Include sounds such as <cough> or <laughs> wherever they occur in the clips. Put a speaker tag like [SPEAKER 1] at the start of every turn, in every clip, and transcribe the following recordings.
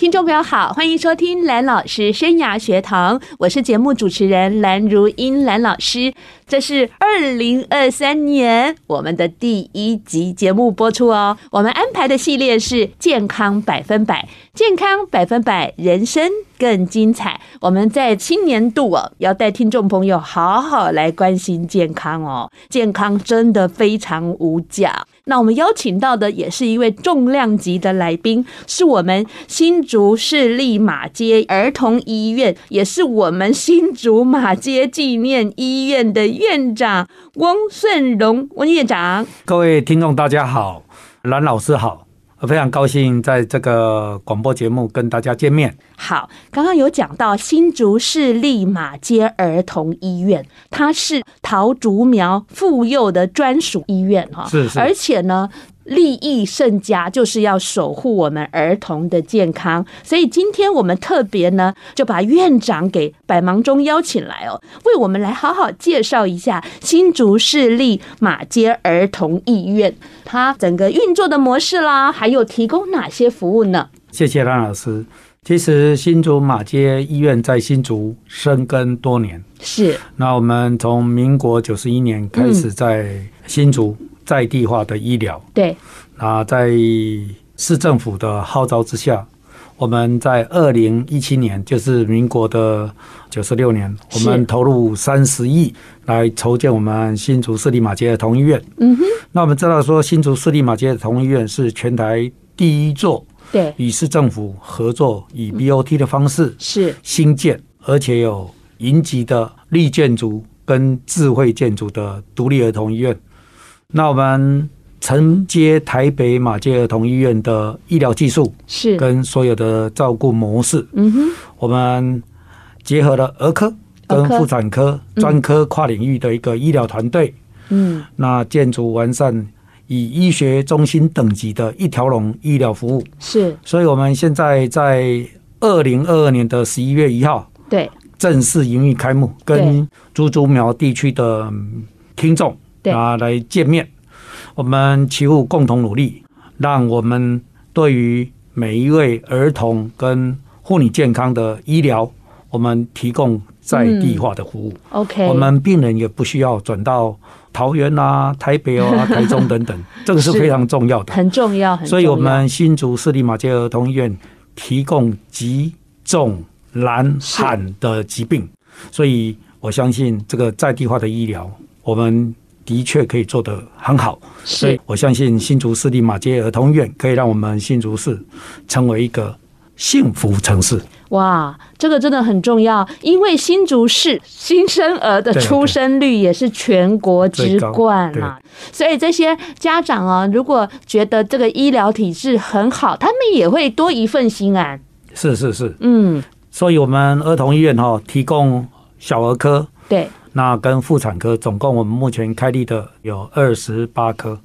[SPEAKER 1] 听众朋友好，欢迎收听蓝老师生涯学堂，我是节目主持人蓝如英，蓝老师。这是二零二三年我们的第一集节目播出哦。我们安排的系列是健康百分百，健康百分百，人生更精彩。我们在新年度哦，要带听众朋友好好来关心健康哦，健康真的非常无价。那我们邀请到的也是一位重量级的来宾，是我们新竹市立马街儿童医院，也是我们新竹马街纪念医院的院长翁顺荣翁院长。
[SPEAKER 2] 各位听众，大家好，蓝老师好，非常高兴在这个广播节目跟大家见面。
[SPEAKER 1] 好，刚刚有讲到新竹市立马街儿童医院，它是桃竹苗妇幼的专属医院哈、
[SPEAKER 2] 是是
[SPEAKER 1] 而且呢。利益甚佳，就是要守护我们儿童的健康。所以今天我们特别呢，就把院长给百忙中邀请来哦，为我们来好好介绍一下新竹市立马街儿童医院，它整个运作的模式啦，还有提供哪些服务呢？
[SPEAKER 2] 谢谢蓝老师。其实新竹马街医院在新竹深耕多年，
[SPEAKER 1] 是
[SPEAKER 2] 那我们从民国九十一年开始在新竹在地化的医疗，
[SPEAKER 1] 对，
[SPEAKER 2] 那在市政府的号召之下，我们在二零一七年，就是民国的九十六年，我
[SPEAKER 1] 是
[SPEAKER 2] 们投入三十亿来筹建我们新竹市立马街儿童医院。
[SPEAKER 1] 嗯哼，
[SPEAKER 2] 那我们知道说，新竹市立马街儿童医院是全台第一座
[SPEAKER 1] 对，
[SPEAKER 2] 与市政府合作，以 BOT 的方式
[SPEAKER 1] 是
[SPEAKER 2] 新建，而且有银级的绿建筑跟智慧建筑的独立儿童医院。那我们承接台北马街儿童医院的医疗技术
[SPEAKER 1] 是，
[SPEAKER 2] 跟所有的照顾模式，
[SPEAKER 1] 嗯哼，
[SPEAKER 2] 我们结合了儿科
[SPEAKER 1] 儿
[SPEAKER 2] 跟
[SPEAKER 1] 科
[SPEAKER 2] 妇产科
[SPEAKER 1] 嗯
[SPEAKER 2] 专科跨领域的一个医疗团队。
[SPEAKER 1] 嗯，
[SPEAKER 2] 那建筑完善以医学中心等级的一条龙医疗服务。
[SPEAKER 1] 是
[SPEAKER 2] 所以我们现在在二零二二年的十一月一号，
[SPEAKER 1] 对
[SPEAKER 2] 正式营运开幕，
[SPEAKER 1] 对
[SPEAKER 2] 跟竹竹苗地区的嗯听众
[SPEAKER 1] 对
[SPEAKER 2] 啊来见面，我们齐互共同努力，让我们对于每一位儿童跟妇女健康的医疗，我们提供在地化的服务。
[SPEAKER 1] ，OK，
[SPEAKER 2] 我们病人也不需要转到桃园啊、台北
[SPEAKER 1] <laughs>
[SPEAKER 2] 啊、台中等等，这个是
[SPEAKER 1] 是
[SPEAKER 2] 非常重要的。
[SPEAKER 1] 很重要，很重要，
[SPEAKER 2] 所以，我们新竹市立马街儿童医院提供急重难
[SPEAKER 1] 是
[SPEAKER 2] 罕的疾病，所以我相信这个在地化的医疗，我们的确可以做得很好。所以
[SPEAKER 1] 是，
[SPEAKER 2] 我相信新竹市立马街儿童医院可以让我们新竹市成为一个幸福城市。
[SPEAKER 1] 哇，这个真的很重要，因为新竹市新生儿的
[SPEAKER 2] 对
[SPEAKER 1] 出生率也是全国之冠
[SPEAKER 2] 最
[SPEAKER 1] 啦
[SPEAKER 2] 高，
[SPEAKER 1] 所以这些家长啊，如果觉得这个医疗体制很好，他们也会多一份心安。
[SPEAKER 2] 是是是，
[SPEAKER 1] 嗯，
[SPEAKER 2] 所以我们儿童医院哈、提供小儿科。
[SPEAKER 1] 对，
[SPEAKER 2] 那跟妇产科总共我们目前开立的有二十八科，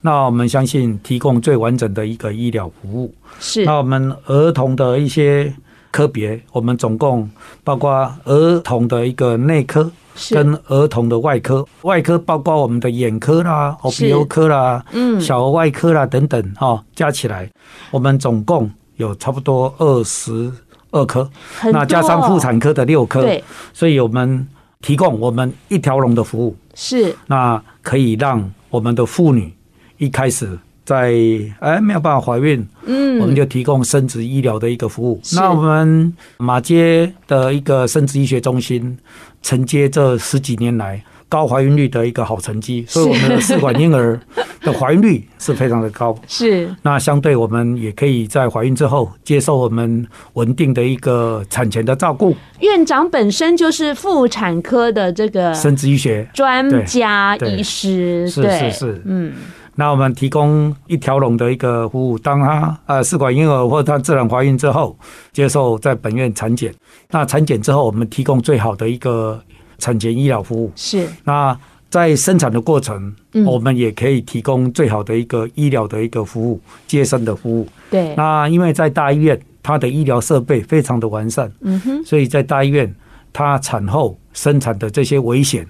[SPEAKER 2] 那我们相信提供最完整的一个医疗服务。
[SPEAKER 1] 是
[SPEAKER 2] 那我们儿童的一些科别，我们总共包括儿童的一个内科
[SPEAKER 1] 是，
[SPEAKER 2] 跟儿童的外科，外科包括我们的眼科啦、
[SPEAKER 1] 是
[SPEAKER 2] OPO 科啦、
[SPEAKER 1] 嗯，
[SPEAKER 2] 小儿外科啦等等哦，加起来我们总共有差不多二十二科，
[SPEAKER 1] 很
[SPEAKER 2] 那加上
[SPEAKER 1] 多哦
[SPEAKER 2] 妇产科的六科，
[SPEAKER 1] 对，
[SPEAKER 2] 所以我们提供我们一条龙的服务，
[SPEAKER 1] 是
[SPEAKER 2] 那可以让我们的妇女一开始在哎没有办法怀孕，
[SPEAKER 1] 嗯，
[SPEAKER 2] 我们就提供生殖医疗的一个服务。
[SPEAKER 1] 是
[SPEAKER 2] 那我们马街的一个生殖医学中心承接这十几年来。高怀孕率的一个好成绩，所以我们的试管婴儿的怀孕率是非常的高。
[SPEAKER 1] 是
[SPEAKER 2] 那相对我们也可以在怀孕之后接受我们稳定的一个产前的照顾，
[SPEAKER 1] 院长本身就是妇产科的这个
[SPEAKER 2] 生殖医学
[SPEAKER 1] 专家
[SPEAKER 2] 对
[SPEAKER 1] 医师，
[SPEAKER 2] 是
[SPEAKER 1] 对
[SPEAKER 2] 是是
[SPEAKER 1] 嗯，
[SPEAKER 2] 那我们提供一条龙的一个服务，当她呃试管婴儿或她自然怀孕之后，接受在本院产检。那产检之后，我们提供最好的一个产前医疗服务。
[SPEAKER 1] 是
[SPEAKER 2] 那在生产的过程，
[SPEAKER 1] 嗯
[SPEAKER 2] 我们也可以提供最好的一个医疗的一个服务，接生的服务。
[SPEAKER 1] 对，
[SPEAKER 2] 那因为在大医院，它的医疗设备非常的完善，
[SPEAKER 1] 嗯哼，
[SPEAKER 2] 所以在大医院，它产后生产的这些危险，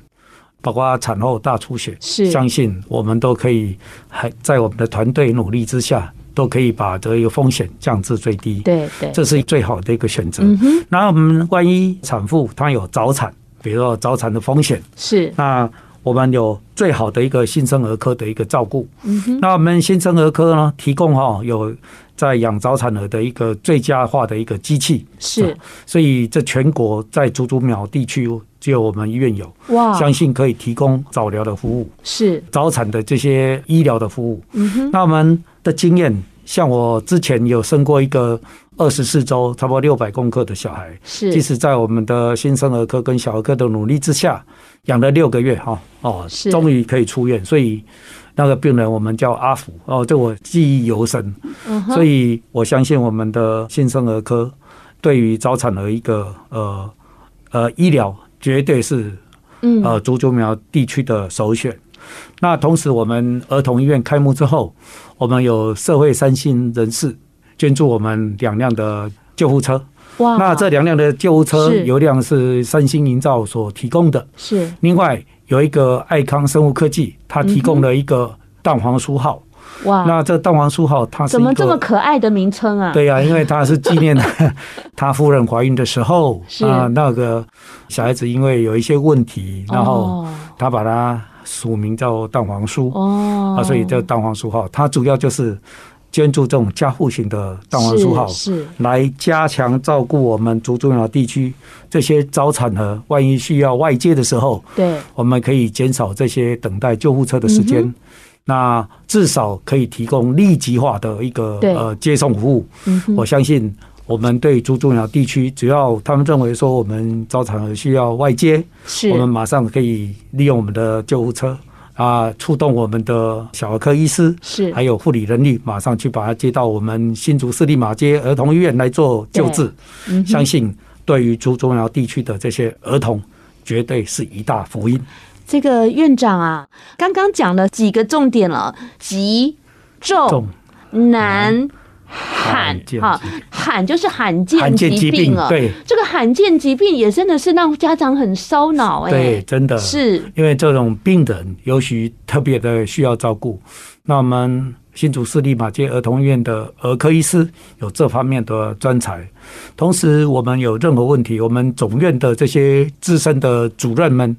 [SPEAKER 2] 包括产后大出血，
[SPEAKER 1] 是
[SPEAKER 2] 相信我们都可以还在我们的团队努力之下，都可以把这个风险降至最低。
[SPEAKER 1] 对对，
[SPEAKER 2] 这是最好的一个选择。
[SPEAKER 1] 嗯哼，
[SPEAKER 2] 那我们万一产妇她有早产，比如说早产的风险，
[SPEAKER 1] 是，
[SPEAKER 2] 那我们有最好的一个新生儿科的一个照顾。
[SPEAKER 1] 嗯哼，
[SPEAKER 2] 那我们新生儿科呢，提供哈、有在养早产儿的一个最佳化的一个机器，啊
[SPEAKER 1] 是
[SPEAKER 2] 所以这全国在竹竹苗地区只有我们医院有，
[SPEAKER 1] 哇，
[SPEAKER 2] 相信可以提供早疗的服务、
[SPEAKER 1] 是，
[SPEAKER 2] 早产的这些医疗的服务。
[SPEAKER 1] 嗯哼，
[SPEAKER 2] 那我们的经验，像我之前有生过一个二十四周，差不多六百公克的小孩，
[SPEAKER 1] 是，
[SPEAKER 2] 即使在我们的新生儿科跟小儿科的努力之下，养了六个月哈哦
[SPEAKER 1] 是，
[SPEAKER 2] 终于可以出院，所以。那个病人我们叫阿福哦，这我记忆犹深，
[SPEAKER 1] 嗯哼
[SPEAKER 2] 所以我相信我们的新生儿科对于早产儿一个呃呃医疗绝对是
[SPEAKER 1] 嗯
[SPEAKER 2] 呃足球苗地区的首选。那同时，我们儿童医院开幕之后，我们有社会三星人士捐助我们两辆的救护车。
[SPEAKER 1] 哇，
[SPEAKER 2] 那这两辆的救护车
[SPEAKER 1] 哦是
[SPEAKER 2] 有一辆是三星营造所提供的，
[SPEAKER 1] 是
[SPEAKER 2] 另外有一个爱康生物科技，它提供了一个蛋黄酥号。
[SPEAKER 1] 哇，
[SPEAKER 2] 那这蛋黄酥号它
[SPEAKER 1] 嗯
[SPEAKER 2] 是
[SPEAKER 1] 哦怎
[SPEAKER 2] 一
[SPEAKER 1] 么
[SPEAKER 2] 个
[SPEAKER 1] 这么可爱的名称啊？
[SPEAKER 2] 对呀、因为他是纪念 <laughs> 他夫人怀孕的时候啊
[SPEAKER 1] 是
[SPEAKER 2] 那个小孩子因为有一些问题，然后
[SPEAKER 1] 哦
[SPEAKER 2] 他把它署名叫蛋黄酥、
[SPEAKER 1] 哦，
[SPEAKER 2] 啊，所以叫蛋黄酥号。它主要就是捐助这种加护型的蛋黄酥号，
[SPEAKER 1] 是是
[SPEAKER 2] 来加强照顾我们竹竹苗地区这些早产儿，万一需要外接的时候，
[SPEAKER 1] 对，
[SPEAKER 2] 我们可以减少这些等待救护车的时间。
[SPEAKER 1] 嗯
[SPEAKER 2] 那至少可以提供立即化的一个
[SPEAKER 1] 对
[SPEAKER 2] 呃接送服务，
[SPEAKER 1] 嗯哼，
[SPEAKER 2] 我相信我们对猪猪鸟地区，只要他们认为说我们早产儿需要外接，
[SPEAKER 1] 是
[SPEAKER 2] 我们马上可以利用我们的救护车啊，触动我们的小儿科医师。
[SPEAKER 1] 是
[SPEAKER 2] 还有护理人力，马上去把它接到我们新竹市立马街儿童医院来做救治。
[SPEAKER 1] 嗯哼
[SPEAKER 2] 相信对于竹中寮地区的这些儿童，绝对是一大福音。
[SPEAKER 1] 这个院长啊，刚刚讲了几个重点了，急、
[SPEAKER 2] 重
[SPEAKER 1] 重、难、罕
[SPEAKER 2] 罕见
[SPEAKER 1] 啊
[SPEAKER 2] 疾，
[SPEAKER 1] 罕就是罕见
[SPEAKER 2] 罕见
[SPEAKER 1] 疾
[SPEAKER 2] 疾
[SPEAKER 1] 病
[SPEAKER 2] 病
[SPEAKER 1] 了。，
[SPEAKER 2] 对
[SPEAKER 1] 这个罕见疾病也真的是让家长很烧脑哎、
[SPEAKER 2] 对，真的
[SPEAKER 1] 是
[SPEAKER 2] 因为这种病人尤其特别的需要照顾。那我们新竹市立马街儿童医院的儿科医师有这方面的专才，同时我们有任何问题，我们总院的这些资深的主任们，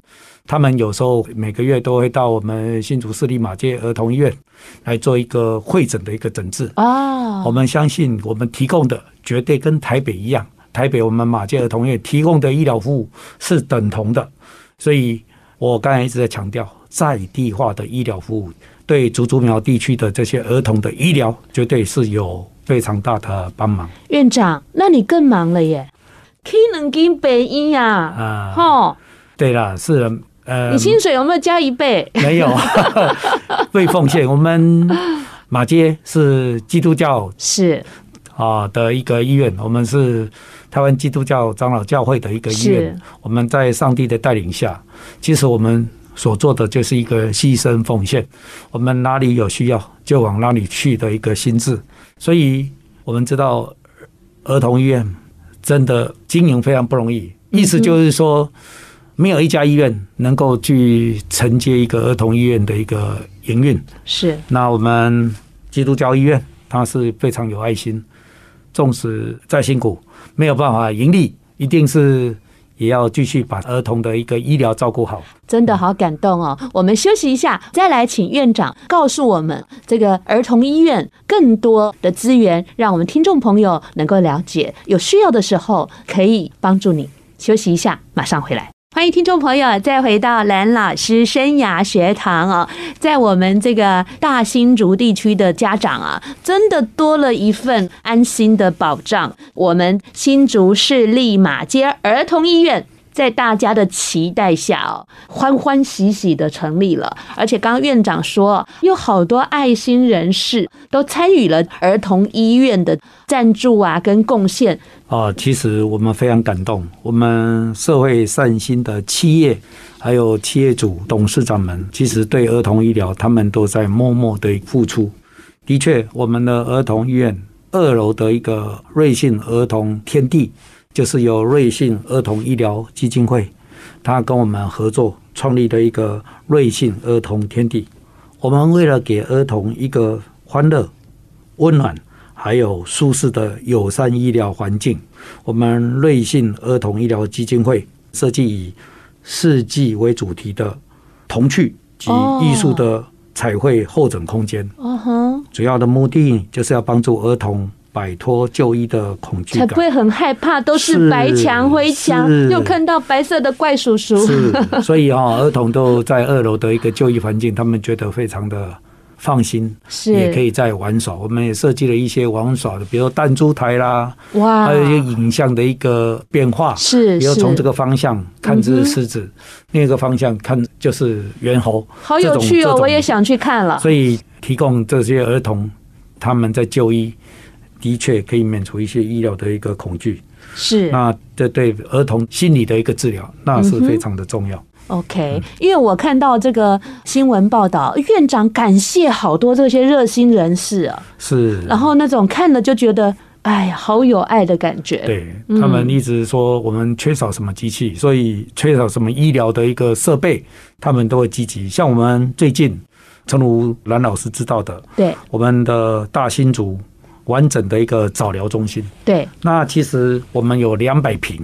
[SPEAKER 2] 他们有时候每个月都会到我们新竹市立马街儿童医院来做一个会诊的一个诊治。
[SPEAKER 1] 啊，
[SPEAKER 2] 我们相信我们提供的绝对跟台北一样，台北我们马街儿童院提供的医疗服务是等同的，所以我刚才一直在强调在地化的医疗服务对竹竹苗地区的这些儿童的医疗绝对是有非常大的帮忙
[SPEAKER 1] 院长，那你更忙了耶，去两间北医呀，
[SPEAKER 2] 啊、
[SPEAKER 1] 吼、
[SPEAKER 2] 对了，是呃
[SPEAKER 1] <laughs> 你，薪水有没有加一倍？
[SPEAKER 2] 没有被奉献，我们马街是基督教
[SPEAKER 1] 是
[SPEAKER 2] 啊的一个医院，我们是台湾基督教长老教会的一个医
[SPEAKER 1] 是
[SPEAKER 2] 院。我们在上帝的带领下，其实我们所做的就是一个牺牲奉献，我们哪里有需要就往哪里去的一个心智。所以，我们知道儿童医院真的经营非常不容易，意思就是说，没有一家医院能够去承接一个儿童医院的一个营运。
[SPEAKER 1] 是，
[SPEAKER 2] 那我们基督教医院，它是非常有爱心，纵使再辛苦，没有办法盈利，一定是也要继续把儿童的一个医疗照顾好。
[SPEAKER 1] 真的好感动哦。我们休息一下，再来请院长告诉我们这个儿童医院更多的资源，让我们听众朋友能够了解，有需要的时候可以帮助你。休息一下，马上回来。欢迎听众朋友再回到蓝老师生涯学堂哦，在我们这个大新竹地区的家长啊，真的多了一份安心的保障。我们新竹市立马街儿童医院。在大家的期待下哦，欢欢喜喜的成立了。而且刚刚院长说，有好多爱心人士都参与了儿童医院的赞助啊，跟贡献。
[SPEAKER 2] 啊、其实我们非常感动，我们社会善心的企业，还有企业主、董事长们，其实对儿童医疗他们都在默默的付出。的确，我们的儿童医院二楼的一个瑞信儿童天地，就是由瑞信儿童医疗基金会，他跟我们合作创立的一个瑞信儿童天地。我们为了给儿童一个欢乐、温暖，还有舒适的友善医疗环境，我们瑞信儿童医疗基金会设计以四季为主题的童趣及艺术的彩绘候诊空间。
[SPEAKER 1] 哦哼，
[SPEAKER 2] 主要的目的就是要帮助儿童摆脱就医的恐惧
[SPEAKER 1] 才不
[SPEAKER 2] 感。
[SPEAKER 1] 会很害怕，都是
[SPEAKER 2] 是
[SPEAKER 1] 白墙灰墙，
[SPEAKER 2] 是
[SPEAKER 1] 又看到白色的怪叔叔。
[SPEAKER 2] 是，所以哦，儿童都在二楼的一个就医环境，他们觉得非常的放心，
[SPEAKER 1] 是
[SPEAKER 2] 也可以在玩耍。我们也设计了一些玩耍的，比如弹珠台啦，
[SPEAKER 1] 哇，
[SPEAKER 2] 还有一些影像的一个变化。
[SPEAKER 1] 啊是
[SPEAKER 2] 比如
[SPEAKER 1] 是
[SPEAKER 2] 从这个方向看这
[SPEAKER 1] 嗯哼
[SPEAKER 2] 是狮子，另一个方向看就是猿猴，
[SPEAKER 1] 好有趣
[SPEAKER 2] 这
[SPEAKER 1] 哦，
[SPEAKER 2] 种
[SPEAKER 1] 我也想去看了。
[SPEAKER 2] 所以提供这些儿童他们在就医，的确可以免除一些医疗的一个恐惧。
[SPEAKER 1] 是
[SPEAKER 2] 那这对儿童心理的一个治疗，那是非常的重要。
[SPEAKER 1] OK，因为我看到这个新闻报道，院长感谢好多这些热心人士啊，
[SPEAKER 2] 是，
[SPEAKER 1] 然后那种看了就觉得，哎呀，好有爱的感觉。，
[SPEAKER 2] 对他们一直说我们缺少什么机器，所以缺少什么医疗的一个设备，他们都会积极。像我们最近，诚如蓝老师知道的，
[SPEAKER 1] 对
[SPEAKER 2] 我们的大新竹完整的一个早疗中心，
[SPEAKER 1] 对，
[SPEAKER 2] 那其实我们有两百平。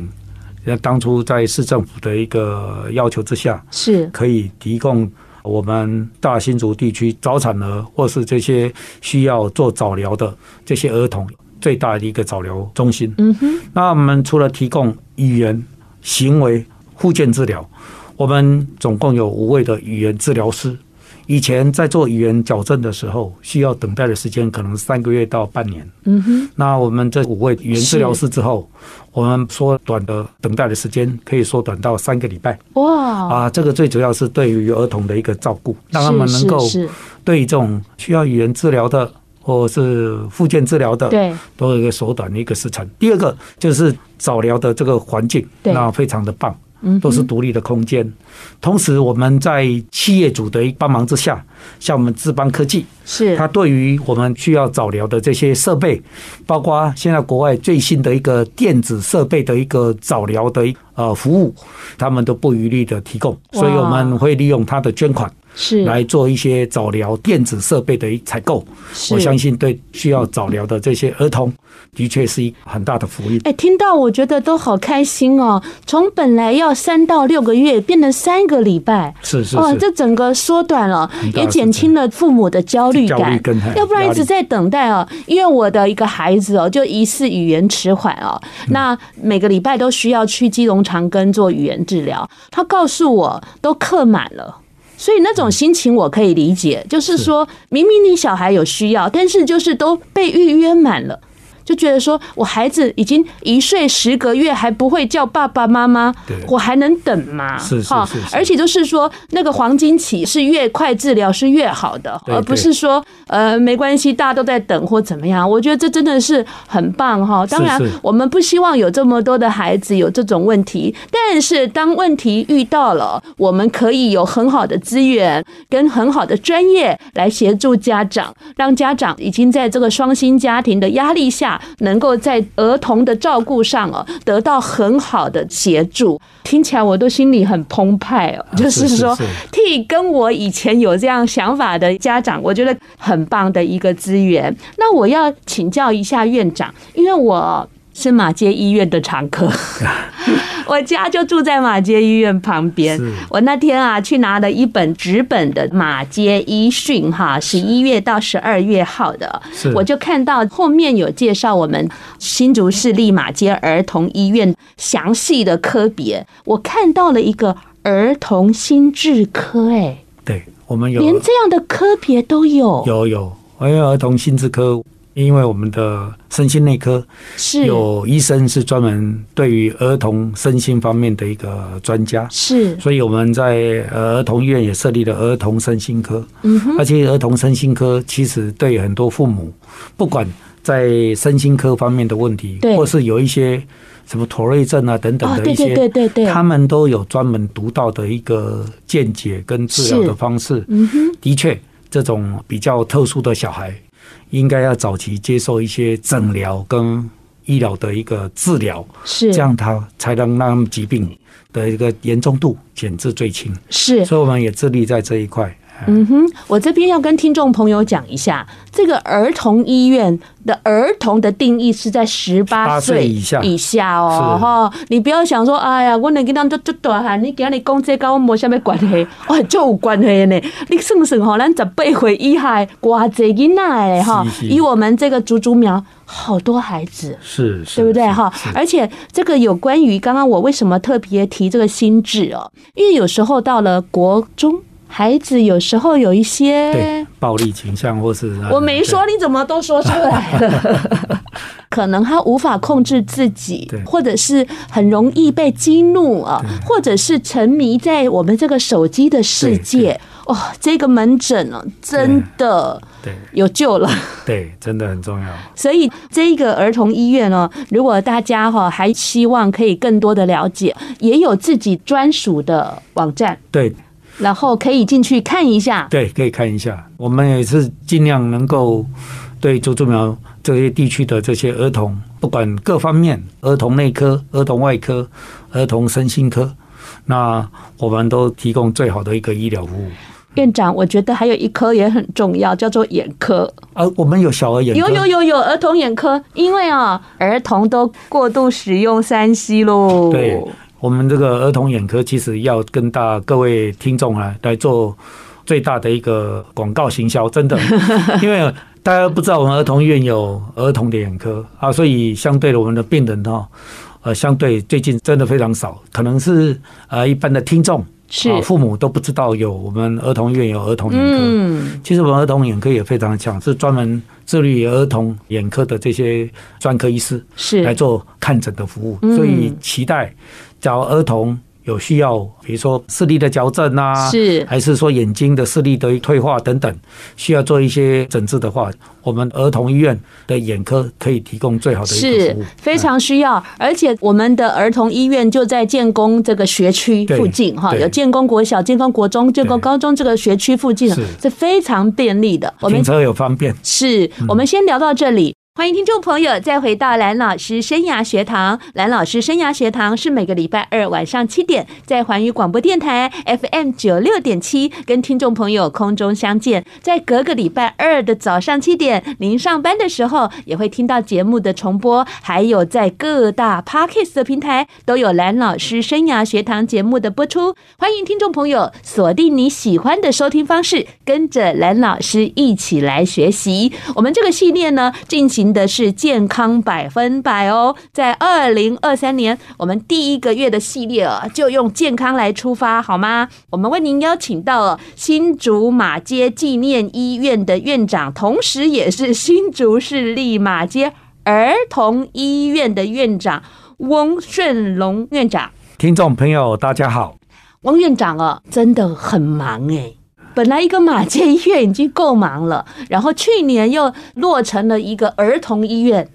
[SPEAKER 2] 那当初在市政府的一个要求之下，
[SPEAKER 1] 是
[SPEAKER 2] 可以提供我们大新竹地区早产儿或是这些需要做早疗的这些儿童最大的一个早疗中心。
[SPEAKER 1] 嗯哼，
[SPEAKER 2] 那我们除了提供语言、行为、复健治疗，我们总共有五位的语言治疗师。以前在做语言矫正的时候，需要等待的时间可能三个月到半年。
[SPEAKER 1] 嗯哼，
[SPEAKER 2] 那我们这五位语言治疗师之后，我们缩短的等待的时间可以缩短到三个礼拜。
[SPEAKER 1] 哇，
[SPEAKER 2] 啊，这个最主要是对于儿童的一个照顾，让他
[SPEAKER 1] 哦是
[SPEAKER 2] 们能够
[SPEAKER 1] 是是
[SPEAKER 2] 对这种需要语言治疗的或是复健治疗的，
[SPEAKER 1] 对，
[SPEAKER 2] 都有一个缩短的一个时程。第二个就是早疗的这个环境，
[SPEAKER 1] 对
[SPEAKER 2] 那非常的棒，
[SPEAKER 1] 嗯哼
[SPEAKER 2] 都是独立的空间。同时，我们在企业主的一帮忙之下，像我们智邦科技，
[SPEAKER 1] 是
[SPEAKER 2] 它对于我们需要早疗的这些设备，包括现在国外最新的一个电子设备的一个早疗的一呃服务，他们都不遗余力的提供，
[SPEAKER 1] 哇
[SPEAKER 2] 所以我们会利用它的捐款
[SPEAKER 1] 是
[SPEAKER 2] 来做一些早疗电子设备的一采购。
[SPEAKER 1] 是
[SPEAKER 2] 我相信对需要早疗的这些儿童，的确是一个很大的福利。
[SPEAKER 1] 哎，听到我觉得都好开心哦！从本来要三到六个月，变成三个礼拜，
[SPEAKER 2] 是是
[SPEAKER 1] 哦，
[SPEAKER 2] 是，
[SPEAKER 1] 这整个缩短了，
[SPEAKER 2] 大
[SPEAKER 1] 也减轻了父母的焦虑
[SPEAKER 2] 焦虑
[SPEAKER 1] 感
[SPEAKER 2] 跟。
[SPEAKER 1] 要不然一直在等待哦，因为我的一个孩子哦，就疑似语言迟缓哦，
[SPEAKER 2] 嗯
[SPEAKER 1] 那每个礼拜都需要去基隆长庚做语言治疗，他告诉我都客满了。所以那种心情我可以理解，
[SPEAKER 2] 嗯
[SPEAKER 1] 就是说明明你小孩有需要，但是就是都被预约满了。就觉得说我孩子已经一岁十个月还不会叫爸爸妈妈
[SPEAKER 2] 对，
[SPEAKER 1] 我还能等吗？
[SPEAKER 2] 是是
[SPEAKER 1] 哈
[SPEAKER 2] 是是
[SPEAKER 1] 而且就是说那个黄金期是越快治疗是越好的，
[SPEAKER 2] 对
[SPEAKER 1] 而不是说呃没关系，大家都在等或怎么样。我觉得这真的是很棒哈。当然
[SPEAKER 2] 是
[SPEAKER 1] 我们不希望有这么多的孩子有这种问题，但是当问题遇到了，我们可以有很好的资源跟很好的专业来协助家长，让家长已经在这个双薪家庭的压力下，能够在儿童的照顾上哦得到很好的协助。听起来我都心里很澎湃哦，
[SPEAKER 2] <laughs>
[SPEAKER 1] 就是说
[SPEAKER 2] 是是
[SPEAKER 1] 替跟我以前有这样想法的家长，我觉得很棒的一个资源。那我要请教一下院长，因为我是马街医院的常客，我家就住在马街医院旁边
[SPEAKER 2] 是。
[SPEAKER 1] 我那天啊去拿了一本纸本的《马街医讯》哈，十一月到十二月号的，
[SPEAKER 2] 是
[SPEAKER 1] 我就看到后面有介绍我们新竹市立马街儿童医院详细的科别，我看到了一个儿童心智科、哎，
[SPEAKER 2] 对我们有
[SPEAKER 1] 连这样的科别都有，
[SPEAKER 2] 有有，还有儿童心智科，因为我们的身心内科
[SPEAKER 1] 是
[SPEAKER 2] 有医生是专门对于儿童身心方面的一个专家，
[SPEAKER 1] 是，
[SPEAKER 2] 所以我们在呃儿童医院也设立了儿童身心科，
[SPEAKER 1] 嗯哼，
[SPEAKER 2] 而且儿童身心科其实对很多父母，不管在身心科方面的问题
[SPEAKER 1] 对，
[SPEAKER 2] 或是有一些什么妥瑞症啊等等
[SPEAKER 1] 哦，
[SPEAKER 2] 的
[SPEAKER 1] 对
[SPEAKER 2] 一些，
[SPEAKER 1] 对对对对，
[SPEAKER 2] 他们都有专门独到的一个见解跟治疗的方式。
[SPEAKER 1] 嗯哼，
[SPEAKER 2] 的确，这种比较特殊的小孩，应该要早期接受一些诊疗跟医疗的一个治疗，
[SPEAKER 1] 是
[SPEAKER 2] 这样他才能让他们疾病的一个严重度减至最轻。
[SPEAKER 1] 是
[SPEAKER 2] 所以我们也致力在这一块。
[SPEAKER 1] 嗯哼，我这边要跟听众朋友讲一下，这个儿童医院的儿童的定义是在十八
[SPEAKER 2] 18
[SPEAKER 1] 岁
[SPEAKER 2] 岁以下
[SPEAKER 1] 以下哦，
[SPEAKER 2] 是
[SPEAKER 1] 哈，你不要想说，哎呀，我能跟他就就大汉，你给你讲这个，我没什么关系， <laughs> 哦，就有关系呢。你算算吼，咱十八岁以下的，偌济囡仔的哈
[SPEAKER 2] 是，是
[SPEAKER 1] 以我们这个竹竹苗，好多孩子。哦
[SPEAKER 2] 是，是
[SPEAKER 1] 对不对
[SPEAKER 2] 是
[SPEAKER 1] 哈
[SPEAKER 2] 是？
[SPEAKER 1] 而且这个有关于刚刚我为什么特别提这个心智哦，因为有时候到了国中，孩子有时候有一些
[SPEAKER 2] 对，嗯暴力倾向或是
[SPEAKER 1] 哎
[SPEAKER 2] 呃
[SPEAKER 1] 我没说，你怎么都说出来
[SPEAKER 2] <laughs>
[SPEAKER 1] 了？可能他无法控制自己
[SPEAKER 2] 对，
[SPEAKER 1] 或者是很容易被激怒啊，或者是沉迷在我们这个手机的世
[SPEAKER 2] 对
[SPEAKER 1] 界。哦，这个门诊哦，真的
[SPEAKER 2] 对对
[SPEAKER 1] 有救了。
[SPEAKER 2] 对，真的很重要。
[SPEAKER 1] 所以这一个儿童医院呢，如果大家哈还希望可以更多的了解，也有自己专属的网站，
[SPEAKER 2] 对
[SPEAKER 1] 然后可以进去看一下。
[SPEAKER 2] 对，可以看一下，我们也是尽量能够对猪猪苗这些地区的这些儿童，不管各方面，儿童内科、儿童外科、儿童身心科，那我们都提供最好的一个医疗服务。
[SPEAKER 1] 院长，我觉得还有一科也很重要，叫做眼科。
[SPEAKER 2] 而啊我们有小儿眼科，
[SPEAKER 1] 有有有有儿童眼科，因为啊、儿童都过度使用三 C 喽。
[SPEAKER 2] 对，我们这个儿童眼科其实要跟大各位听众啊来做最大的一个广告行销，
[SPEAKER 1] <laughs>
[SPEAKER 2] 真的，因为大家不知道我们儿童医院有儿童的眼科啊，所以相对的我们的病人哈、呃，相对最近真的非常少，可能是呃一般的听众
[SPEAKER 1] 是
[SPEAKER 2] 啊父母都不知道有我们儿童医院有儿童眼科。
[SPEAKER 1] 嗯，
[SPEAKER 2] 其实我们儿童眼科也非常强，是专门致力于儿童眼科的这些专科医师。来
[SPEAKER 1] 是
[SPEAKER 2] 做看诊的服务，
[SPEAKER 1] 嗯
[SPEAKER 2] 所以期待，假如儿童有需要，比如说视力的矫正啊，
[SPEAKER 1] 是
[SPEAKER 2] 还是说眼睛的视力的退化等等，需要做一些诊治的话，我们儿童医院的眼科可以提供最好的一个
[SPEAKER 1] 是
[SPEAKER 2] 服务。嗯
[SPEAKER 1] 非常需要，而且我们的儿童医院就在建工这个学区
[SPEAKER 2] 对
[SPEAKER 1] 附近哈，
[SPEAKER 2] 对
[SPEAKER 1] 有建工国小、建工国中、建工高中这个学区附近，
[SPEAKER 2] 是
[SPEAKER 1] 是非常便利的。我
[SPEAKER 2] 停
[SPEAKER 1] 们
[SPEAKER 2] 车有方便。
[SPEAKER 1] 是我们先聊到这里。欢迎听众朋友再回到蓝老师生涯学堂。蓝老师生涯学堂是每个礼拜二晚上七点在环宇广播电台 FM 九六点七跟听众朋友空中相见。在隔个礼拜二的早上七点，您上班的时候也会听到节目的重播，还有在各大 Podcast 的平台都有蓝老师生涯学堂节目的播出。欢迎听众朋友锁定你喜欢的收听方式，跟着蓝老师一起来学习。我们这个系列呢，进行的是健康百分百哦。在二零二三年，我们第一个月的系列哦，就用健康来出发，好吗？我们为您邀请到了新竹马街纪念医院的院长，同时也是新竹市立马街儿童医院的院长翁顺龙院长。
[SPEAKER 2] 听众朋友，大家好，
[SPEAKER 1] 王院长啊，真的很忙哎、本来一个马街医院已经够忙了，然后去年又落成了一个儿童医院，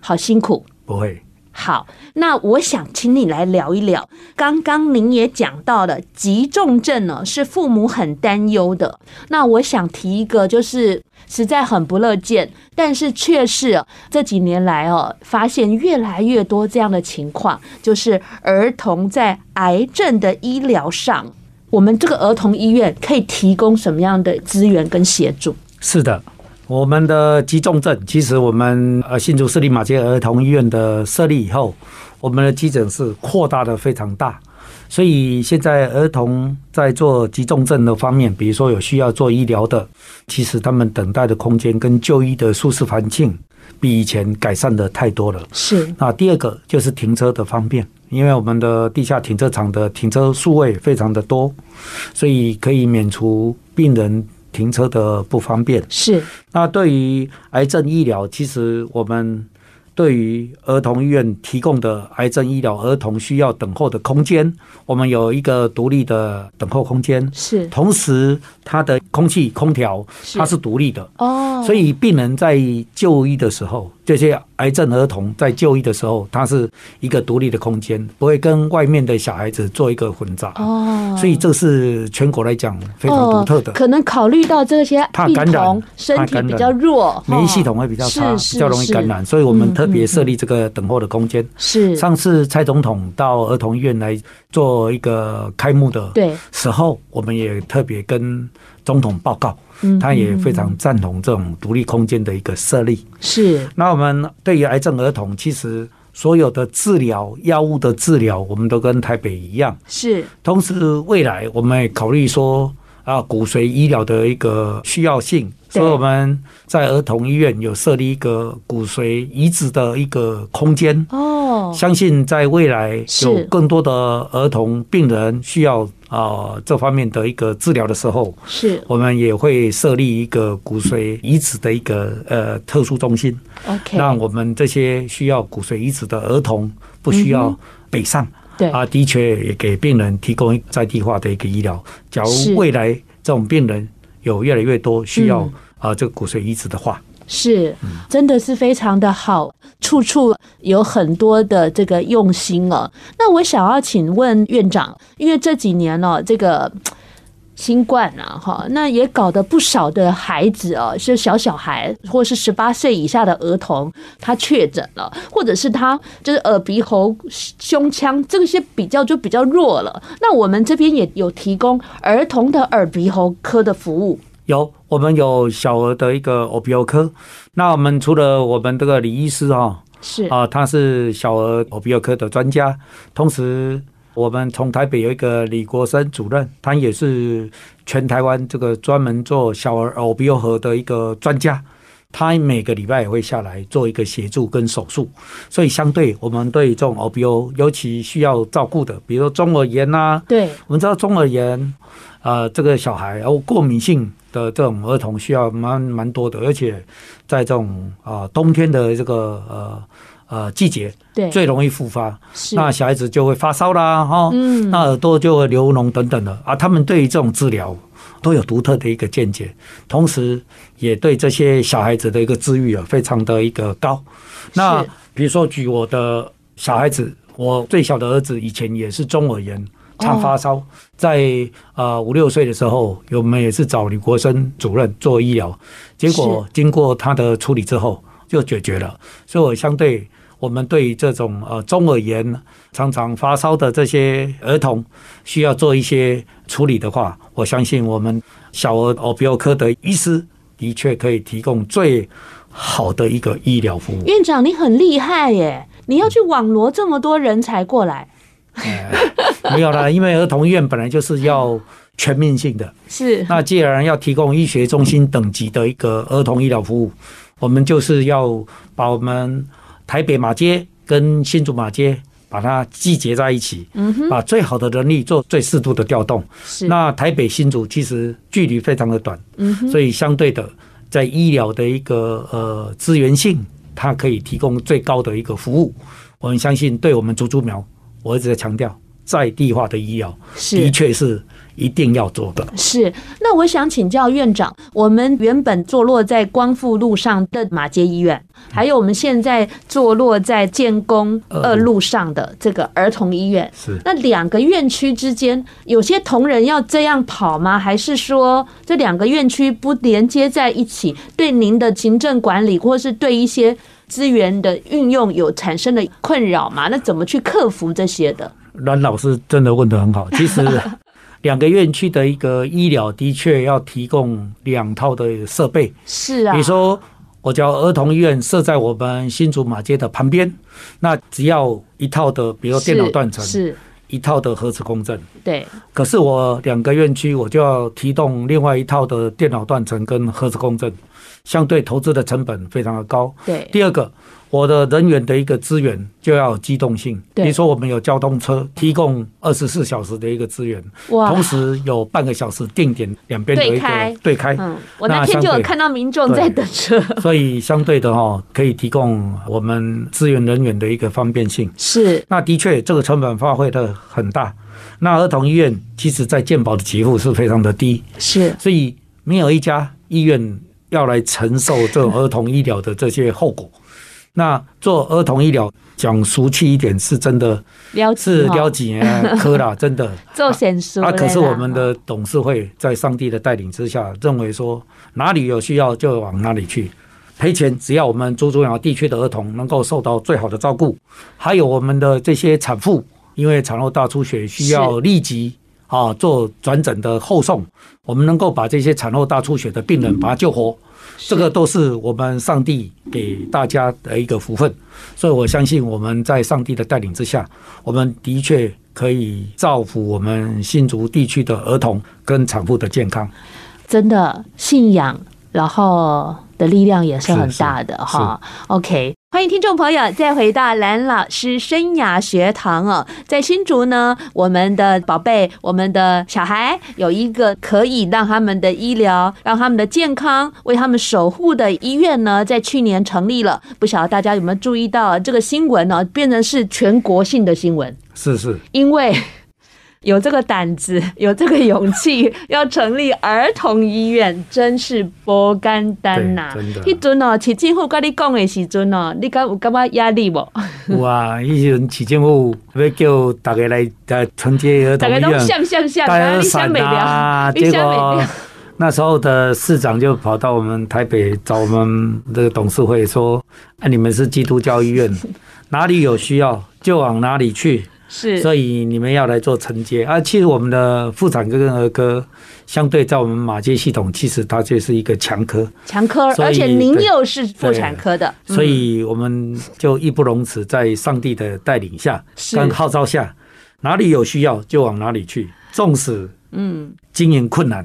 [SPEAKER 1] 好辛苦。
[SPEAKER 2] 不会。
[SPEAKER 1] 好，那我想请你来聊一聊，刚刚您也讲到了，急重症呢是父母很担忧的。那我想提一个，就是实在很不乐见，但是却是哦这几年来哦，发现越来越多这样的情况，就是儿童在癌症的医疗上。我们这个儿童医院可以提供什么样的资源跟协助？
[SPEAKER 2] 是的，我们的急重症，其实我们呃新竹市立马街儿童医院的设立以后，我们的急诊室扩大的非常大，所以现在儿童在做急重症的方面，比如说有需要做医疗的，其实他们等待的空间跟就医的舒适环境，比以前改善的太多了。
[SPEAKER 1] 是
[SPEAKER 2] 那第二个就是停车的方便，因为我们的地下停车场的停车数位非常的多，所以可以免除病人停车的不方便。
[SPEAKER 1] 是
[SPEAKER 2] 那对于癌症医疗，其实我们对于儿童医院提供的癌症医疗儿童需要等候的空间，我们有一个独立的等候空间，
[SPEAKER 1] 是
[SPEAKER 2] 同时它的空气空调它是独立的，
[SPEAKER 1] 哦，
[SPEAKER 2] 所以病人在就医的时候，这些癌症儿童在就医的时候，它是一个独立的空间，不会跟外面的小孩子做一个混杂。
[SPEAKER 1] 哦，
[SPEAKER 2] 所以这是全国来讲非常独特的。
[SPEAKER 1] 可能考虑到这些
[SPEAKER 2] 怕
[SPEAKER 1] 病
[SPEAKER 2] 感染
[SPEAKER 1] 童身
[SPEAKER 2] 怕
[SPEAKER 1] 体
[SPEAKER 2] 感
[SPEAKER 1] 比
[SPEAKER 2] 染
[SPEAKER 1] 较弱，
[SPEAKER 2] 免疫系
[SPEAKER 1] 哈
[SPEAKER 2] 统会比较差，
[SPEAKER 1] 是嗯
[SPEAKER 2] 比较容易感染，所以我们特别设立这个等候的空间。
[SPEAKER 1] 是
[SPEAKER 2] 上次蔡总统到儿童医院来做一个开幕的
[SPEAKER 1] 对，
[SPEAKER 2] 时候，我们也特别跟总统报告，
[SPEAKER 1] 嗯
[SPEAKER 2] 他也非常赞同这种独立空间的一个设立。
[SPEAKER 1] 是
[SPEAKER 2] 那我们对于癌症儿童，其实所有的治疗药物的治疗，我们都跟台北一样。
[SPEAKER 1] 是
[SPEAKER 2] 同时，未来我们也考虑说啊，骨髓医疗的一个需要性，
[SPEAKER 1] 对
[SPEAKER 2] 所以我们在儿童医院有设立一个骨髓移植的一个空间。
[SPEAKER 1] 哦，
[SPEAKER 2] 相信在未来
[SPEAKER 1] 是
[SPEAKER 2] 有更多的儿童病人需要啊、这方面的一个治疗的时候，
[SPEAKER 1] 是
[SPEAKER 2] 我们也会设立一个骨髓移植的一个呃特殊中心，
[SPEAKER 1] OK，
[SPEAKER 2] 让我们这些需要骨髓移植的儿童不
[SPEAKER 1] 嗯
[SPEAKER 2] 需要北上。
[SPEAKER 1] 对
[SPEAKER 2] 啊，的确也给病人提供在地化的一个医疗。假
[SPEAKER 1] 是
[SPEAKER 2] 如未来这种病人有越来越多需要
[SPEAKER 1] 嗯
[SPEAKER 2] 啊、这个骨髓移植的话，
[SPEAKER 1] 是，真的是非常的好，处处有很多的这个用心哦。那我想要请问院长，因为这几年哦，这个。新冠啊，哈，那也搞得不少的孩子哦，是小小孩或是十八岁以下的儿童，他确诊了，或者是他就是耳鼻喉、胸腔这些比较就比较弱了。那我们这边也有提供儿童的耳鼻喉科的服务，
[SPEAKER 2] 有，我们有小儿的一个耳鼻喉科。那我们除了我们这个李医师哈、
[SPEAKER 1] 是
[SPEAKER 2] 啊、他是小儿耳鼻喉科的专家，同时我们从台北有一个李国生主任，他也是全台湾这个专门做小儿耳鼻喉的一个专家。他每个礼拜也会下来做一个协助跟手术，所以相对我们对这种耳鼻喉，尤其需要照顾的，比如说中耳炎啊呐、
[SPEAKER 1] 对，
[SPEAKER 2] 我们知道中耳炎，呃，这个小孩哦过敏性的这种儿童需要蛮蛮多的，而且在这种啊、呃冬天的这个呃呃季节
[SPEAKER 1] 对，
[SPEAKER 2] 最容易复发，
[SPEAKER 1] 是
[SPEAKER 2] 那小孩子就会发烧啦哈，
[SPEAKER 1] 嗯
[SPEAKER 2] 那耳朵就会流脓等等的啊，他们对于这种治疗。都有独特的一个见解，同时也对这些小孩子的一个治愈啊，非常的一个高。那
[SPEAKER 1] 是
[SPEAKER 2] 比如说举我的小孩子，我最小的儿子以前也是中耳炎，常发烧，在呃五六岁的时候，我们也是找李国生主任做医疗，结果经过他的处理之后就解决了，所以我相对。我们对于这种呃中耳炎常常发烧的这些儿童，需要做一些处理的话，我相信我们小儿呃耳鼻喉科的医师的确可以提供最好的一个医疗
[SPEAKER 1] <laughs>
[SPEAKER 2] 服务。
[SPEAKER 1] 院长，你很厉害耶！你要去网罗这么多人才过来，
[SPEAKER 2] 哎没有啦，因为儿童医院本来就是要全面性的。
[SPEAKER 1] 是
[SPEAKER 2] 那既然要提供医学中心等级的一个儿童医疗服务，我们就是要把我们台北马街跟新竹马街把它集结在一起，把最好的人力做最适度的调动。
[SPEAKER 1] 嗯是
[SPEAKER 2] 那台北新竹其实距离非常的短，
[SPEAKER 1] 嗯哼
[SPEAKER 2] 所以相对的，在医疗的一个呃资源性，它可以提供最高的一个服务。我们相信，对我们竹竹苗，我一直在强调，在地化的医疗的
[SPEAKER 1] 是
[SPEAKER 2] 确是一定要做的。
[SPEAKER 1] 是。那我想请教院长，我们原本坐落在光复路上的马街医院，还有我们现在坐落在建工二路上的这个儿童医院，
[SPEAKER 2] 是
[SPEAKER 1] 那两个院区之间，有些同仁要这样跑吗？还是说这两个院区不连接在一起，对您的行政管理或是对一些资源的运用有产生的困扰吗？那怎么去克服这些的？
[SPEAKER 2] 阮老师真的问得很好。
[SPEAKER 1] <laughs>
[SPEAKER 2] 其实两个院区的一个医疗的确要提供两套的设备，
[SPEAKER 1] 是啊，
[SPEAKER 2] 比如说，我叫儿童医院设在我们新竹马街的旁边，那只要一套的，比如说电脑断层，
[SPEAKER 1] 是
[SPEAKER 2] 一套的核磁共振。
[SPEAKER 1] 对
[SPEAKER 2] 可是我两个院区，我就要提动另外一套的电脑断层跟核磁共振，相对投资的成本非常的高。
[SPEAKER 1] 对
[SPEAKER 2] 第二个，我的人员的一个资源就要有机动性，比
[SPEAKER 1] 对
[SPEAKER 2] 如说我们有交通车提供二十四小时的一个资源，
[SPEAKER 1] 哇
[SPEAKER 2] 同时有半个小时定点两边的一
[SPEAKER 1] 对
[SPEAKER 2] 个
[SPEAKER 1] 开
[SPEAKER 2] 对开，
[SPEAKER 1] 嗯，我那
[SPEAKER 2] 那
[SPEAKER 1] 天就
[SPEAKER 2] 相
[SPEAKER 1] 有
[SPEAKER 2] 对
[SPEAKER 1] 看到民众在等车，
[SPEAKER 2] 所以相对的哈、可以提供我们资源人员的一个方便性。
[SPEAKER 1] 是
[SPEAKER 2] 那的确，这个成本发挥的很大。那儿童医院其实在健保的给付是非常的低，
[SPEAKER 1] 是
[SPEAKER 2] 所以没有一家医院要来承受这种儿童医疗的这些后果。那做儿童医疗，讲俗气一点，是真的
[SPEAKER 1] 了解
[SPEAKER 2] 是
[SPEAKER 1] 哦
[SPEAKER 2] 了解啊科啦，真的。
[SPEAKER 1] 做显书
[SPEAKER 2] 啊，
[SPEAKER 1] 的
[SPEAKER 2] 可是
[SPEAKER 1] 啦
[SPEAKER 2] 我们的董事会在上帝的带领之下，认为说哪里有需要就往哪里去，赔钱只要我们竹竹苗地区的儿童能够受到最好的照顾，还有我们的这些产妇，因为产后大出血需要立即啊做转诊的后送，我们能够把这些产后大出血的病人把他救活，这个都是我们上帝给大家的一个福分。所以我相信我们在上帝的带领之下，我们的确可以造福我们新竹地区的儿童跟产妇的健康。
[SPEAKER 1] 真的信仰，然后的力量也是很大的
[SPEAKER 2] 是是
[SPEAKER 1] 哈。OK，欢迎听众朋友再回到蓝老师生涯学堂哦，在新竹呢，我们的宝贝，我们的小孩有一个可以让他们的医疗、让他们的健康为他们守护的医院呢，在去年成立了。不晓得大家有没有注意到这个新闻呢、变成是全国性的新闻。<laughs>
[SPEAKER 2] 是是，
[SPEAKER 1] 因为有这个胆子， <laughs> 有这个勇气，要成立儿童医院，真是不简单呐、
[SPEAKER 2] 对真的
[SPEAKER 1] 迄阵哦，市政府跟你讲的时阵哦，你敢有感觉压力无？
[SPEAKER 2] 有啊，以前市政府要叫大家来呃承接儿
[SPEAKER 1] 大
[SPEAKER 2] 童医
[SPEAKER 1] 家都
[SPEAKER 2] 院，
[SPEAKER 1] 想想想，
[SPEAKER 2] 大家
[SPEAKER 1] 啊，
[SPEAKER 2] 都
[SPEAKER 1] 你想
[SPEAKER 2] 闪
[SPEAKER 1] 不了
[SPEAKER 2] 啊，， <laughs>
[SPEAKER 1] 你
[SPEAKER 2] 结
[SPEAKER 1] 想不
[SPEAKER 2] 果
[SPEAKER 1] 了。
[SPEAKER 2] 那时候的市长就跑到我们台北找我们这个董事会说：“啊，你们是基督教医院，
[SPEAKER 1] <laughs>
[SPEAKER 2] 哪里有需要就往哪里去。”
[SPEAKER 1] 是
[SPEAKER 2] 所以你们要来做承接啊。其实我们的妇产科跟儿科，相对在我们马街系统，其实它就是一个强科，
[SPEAKER 1] 强科，
[SPEAKER 2] 所以
[SPEAKER 1] 而且您
[SPEAKER 2] 对
[SPEAKER 1] 又是妇产科的，嗯
[SPEAKER 2] 所以我们就义不容辞，在上帝的带领下
[SPEAKER 1] 是
[SPEAKER 2] 跟号召下，哪里有需要就往哪里去，纵使
[SPEAKER 1] 嗯，
[SPEAKER 2] 经营困难，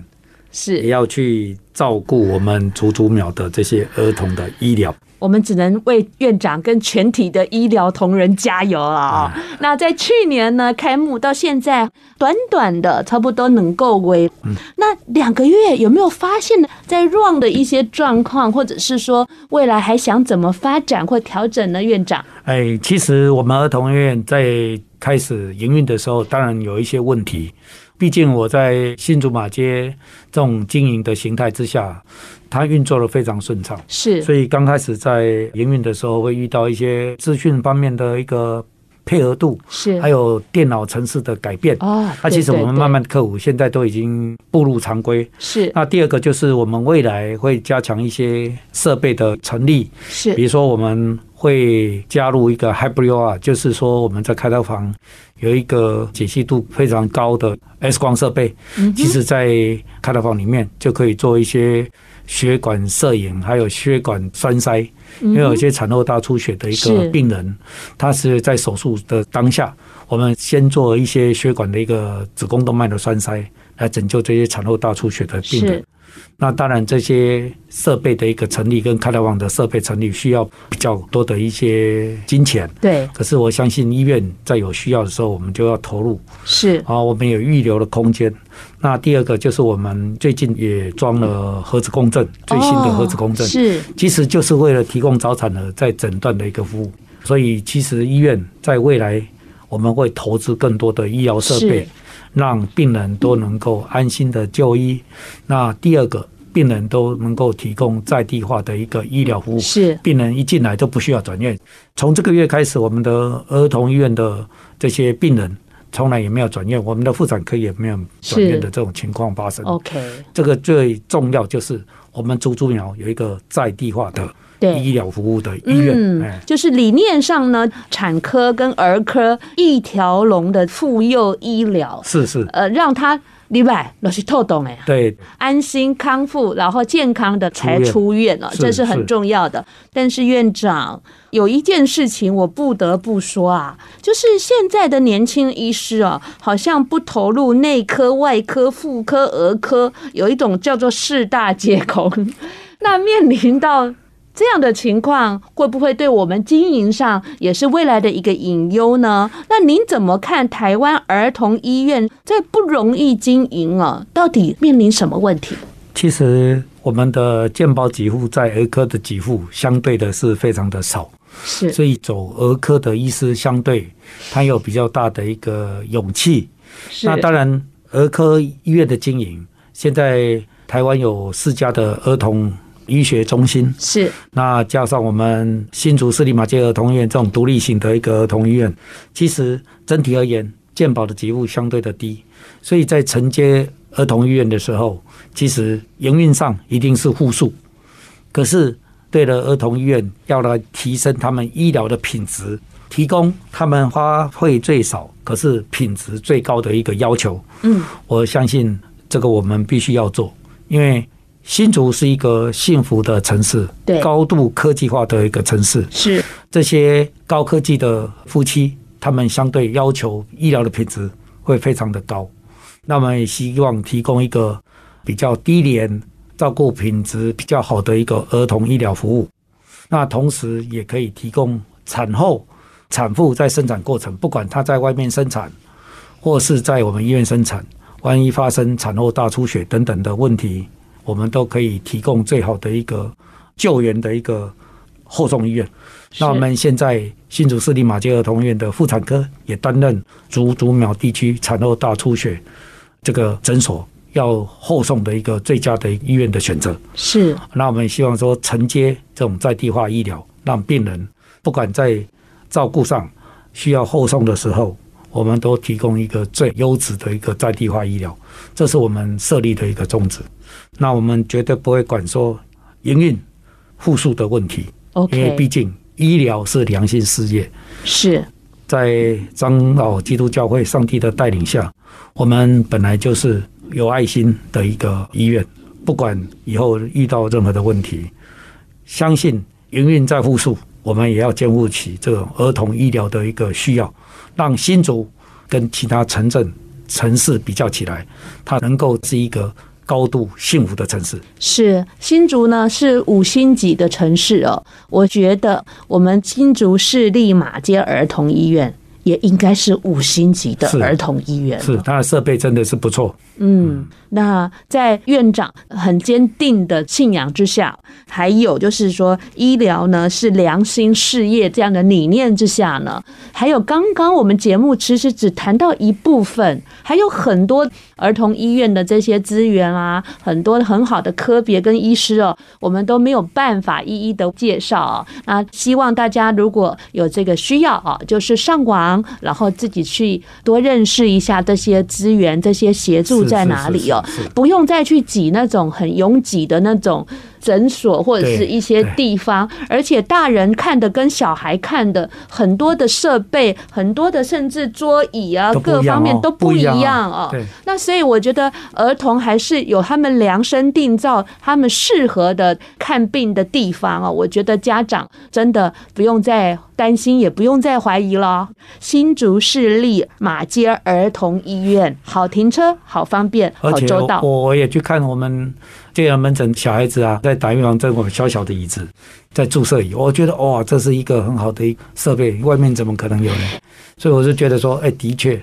[SPEAKER 2] 也
[SPEAKER 1] 是
[SPEAKER 2] 要去照顾我们竹竹苗的这些儿童的医疗。
[SPEAKER 1] 我们只能为院长跟全体的医疗同仁加油了啊、
[SPEAKER 2] 哎
[SPEAKER 1] 那在去年呢开幕到现在，短短的差不多能够为、
[SPEAKER 2] 嗯
[SPEAKER 1] 那两个月，有没有发现在 run 的一些状况，或者是说未来还想怎么发展或调整呢？院长
[SPEAKER 2] 哎，其实我们儿童医院在开始营运的时候，当然有一些问题。毕竟我在新竹马街这种经营的形态之下，它运作的非常顺畅，
[SPEAKER 1] 是
[SPEAKER 2] 所以刚开始在营运的时候会遇到一些资讯方面的一个配合度，
[SPEAKER 1] 是
[SPEAKER 2] 还有电脑程式的改变。
[SPEAKER 1] 啊，
[SPEAKER 2] 那其实我们慢
[SPEAKER 1] 慢
[SPEAKER 2] 慢客户现在都已经步入常规。
[SPEAKER 1] 是
[SPEAKER 2] 那第二个就是我们未来会加强一些设备的成立，比
[SPEAKER 1] 是
[SPEAKER 2] 如说我们会加入一个 Hybrid R，就是说我们在开刀房有一个解析度非常高的 X 光设备，
[SPEAKER 1] 嗯哼
[SPEAKER 2] 其实在开刀房里面就可以做一些血管摄影，还有血管栓塞，因为有些产后大出血的一个
[SPEAKER 1] 嗯是
[SPEAKER 2] 病人，他是在手术的当下，我们先做一些血管的一个子宫动脉的栓塞，来拯救这些产后大出血的病人
[SPEAKER 1] 是。
[SPEAKER 2] 那当然，这些设备的一个成立跟开刀网的设备成立需要比较多的一些金钱。
[SPEAKER 1] 对
[SPEAKER 2] 可是我相信医院在有需要的时候，我们就要投入
[SPEAKER 1] 是
[SPEAKER 2] 啊，我们有预留的空间。那第二个就是我们最近也装了核磁共振，最新的核磁共振、
[SPEAKER 1] 哦是
[SPEAKER 2] 其实就是为了提供早产儿在诊断的一个服务。所以，其实医院在未来我们会投资更多的医疗设备
[SPEAKER 1] 是，
[SPEAKER 2] 让病人都能够安心的就医。那第二个，病人都能够提供在地化的一个医疗服务。
[SPEAKER 1] 是
[SPEAKER 2] 病人一进来都不需要转院。从这个月开始，我们的儿童医院的这些病人从来也没有转院，我们的妇产科也没有转院
[SPEAKER 1] 是
[SPEAKER 2] 的这种情况发生。
[SPEAKER 1] OK
[SPEAKER 2] 这个最重要就是我们猪猪苗有一个在地化的
[SPEAKER 1] 对嗯
[SPEAKER 2] 医疗服务的医院，哎，
[SPEAKER 1] 就是理念上呢，产科跟儿科一条龙的妇幼医疗，
[SPEAKER 2] 是是，
[SPEAKER 1] 呃，让他礼拜都是透懂哎，
[SPEAKER 2] 对，
[SPEAKER 1] 安心康复，然后健康的才出院哦了，
[SPEAKER 2] 是
[SPEAKER 1] 这是很
[SPEAKER 2] 是
[SPEAKER 1] 重要的。但是院长有一件事情我不得不说啊，就是现在的年轻医师啊，好像不投入内科、外科、妇科、儿科，有一种叫做四大皆空。 <laughs> 那面临到这样的情况，会不会对我们经营上也是未来的一个隐忧呢？那您怎么看台湾儿童医院这不容易经营啊？到底面临什么问题？
[SPEAKER 2] 其实我们的健保给付在儿科的给付相对的是非常的少，
[SPEAKER 1] 是
[SPEAKER 2] 所以走儿科的医师相对他有比较大的一个勇气，
[SPEAKER 1] 是
[SPEAKER 2] 那当然，儿科医院的经营，现在台湾有四家的儿童医学中心，
[SPEAKER 1] 是
[SPEAKER 2] 那加上我们新竹市立马街儿童医院这种独立型的一个儿童医院，其实整体而言，健保的给付相对的低，所以在承接儿童医院的时候，其实营运上一定是负数，可是对了儿童医院要来提升他们医疗的品质，提供他们花费最少，可是品质最高的一个要求。
[SPEAKER 1] 嗯，
[SPEAKER 2] 我相信这个我们必须要做，因为新竹是一个幸福的城市，
[SPEAKER 1] 对
[SPEAKER 2] 高度科技化的一个城市。
[SPEAKER 1] 是
[SPEAKER 2] 这些高科技的夫妻，他们相对要求医疗的品质会非常的高。那么也希望提供一个比较低廉、照顾品质比较好的一个儿童医疗服务。那同时也可以提供产后产妇在生产过程，不管她在外面生产，或是在我们医院生产，万一发生产后大出血等等的问题，我们都可以提供最好的一个救援的一个后送医院。
[SPEAKER 1] 是
[SPEAKER 2] 那我们现在新竹市立马街儿童医院的妇产科也担任竹竹苗地区产后大出血这个诊所要后送的一个最佳的医院的选择。
[SPEAKER 1] 是
[SPEAKER 2] 那我们希望说承接这种在地化医疗，让病人不管在照顾上需要后送的时候，我们都提供一个最优质的一个在地化医疗，这是我们设立的一个宗旨。那我们绝对不会管说营运户数的问题，因为毕
[SPEAKER 1] OK，
[SPEAKER 2] 竟医疗是良心事业。
[SPEAKER 1] 是
[SPEAKER 2] 在长老基督教会上帝的带领下，我们本来就是有爱心的一个医院，不管以后遇到任何的问题，相信营运在护数，我们也要肩负起这种儿童医疗的一个需要，让新竹跟其他城镇、城市比较起来，它能够是一个高度幸福的城市。
[SPEAKER 1] 是新竹呢是五星级的城市哦，我觉得我们新竹市立马街儿童医院也应该是五星级的
[SPEAKER 2] 是
[SPEAKER 1] 儿童医院了。
[SPEAKER 2] 是，它的设备真的是不错。
[SPEAKER 1] 嗯，那在院长很坚定的信仰之下，还有就是说医疗呢是良心事业这样的理念之下呢，还有刚刚我们节目其实只谈到一部分，还有很多儿童医院的这些资源啊，很多很好的科别跟医师哦，我们都没有办法一一的介绍啊、那希望大家如果有这个需要啊，就是上网，然后自己去多认识一下这些资源、这些协助在哪里哦
[SPEAKER 2] 是，是是是
[SPEAKER 1] 不用再去挤那种很拥挤的那种诊所或者是一些地方，而且大人看的跟小孩看的很多的设备、很多的甚至桌椅啊、
[SPEAKER 2] 都不一
[SPEAKER 1] 各
[SPEAKER 2] 样
[SPEAKER 1] 方面
[SPEAKER 2] 哦
[SPEAKER 1] 都不
[SPEAKER 2] 不
[SPEAKER 1] 一
[SPEAKER 2] 一样哦
[SPEAKER 1] 样哦。
[SPEAKER 2] 对
[SPEAKER 1] 那所以我觉得儿童还是有他们量身定造、他们适合的看病的地方哦。我觉得家长真的不用再担心，也不用再怀疑了。哦新竹市立马街儿童医院，好停车，好方便，
[SPEAKER 2] 而
[SPEAKER 1] 好
[SPEAKER 2] 且
[SPEAKER 1] 周到。
[SPEAKER 2] 我我也去看我们这个门诊小孩子啊，在打预防针，我们小小的椅子在注射椅，我觉得哇，这是一个很好的一个设备，外面怎么可能有呢？所以我就觉得说，哎，的确，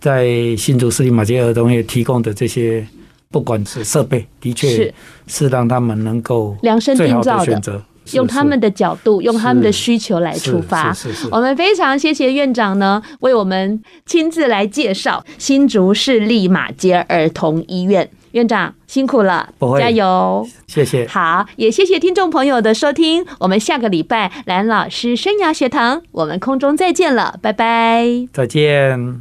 [SPEAKER 2] 在新竹市立马街儿童也提供的这些，不管是设备，的确
[SPEAKER 1] 是
[SPEAKER 2] 是让他们能够
[SPEAKER 1] 量身
[SPEAKER 2] 最
[SPEAKER 1] 定
[SPEAKER 2] 好
[SPEAKER 1] 造
[SPEAKER 2] 的
[SPEAKER 1] 的
[SPEAKER 2] 选择，是
[SPEAKER 1] 用他们的角度，用他们的
[SPEAKER 2] 是
[SPEAKER 1] 需求来哦
[SPEAKER 2] 是
[SPEAKER 1] 出发。
[SPEAKER 2] 是是是
[SPEAKER 1] 我们非常谢谢院长呢，为我们亲自来介绍新竹市立马街儿童医院。院长辛苦了
[SPEAKER 2] 不，会
[SPEAKER 1] 加油！
[SPEAKER 2] 谢谢，
[SPEAKER 1] 好，也谢谢听众朋友的收听，我们下个礼拜蓝老师生涯学堂，我们空中再见了，拜拜。
[SPEAKER 2] 再见。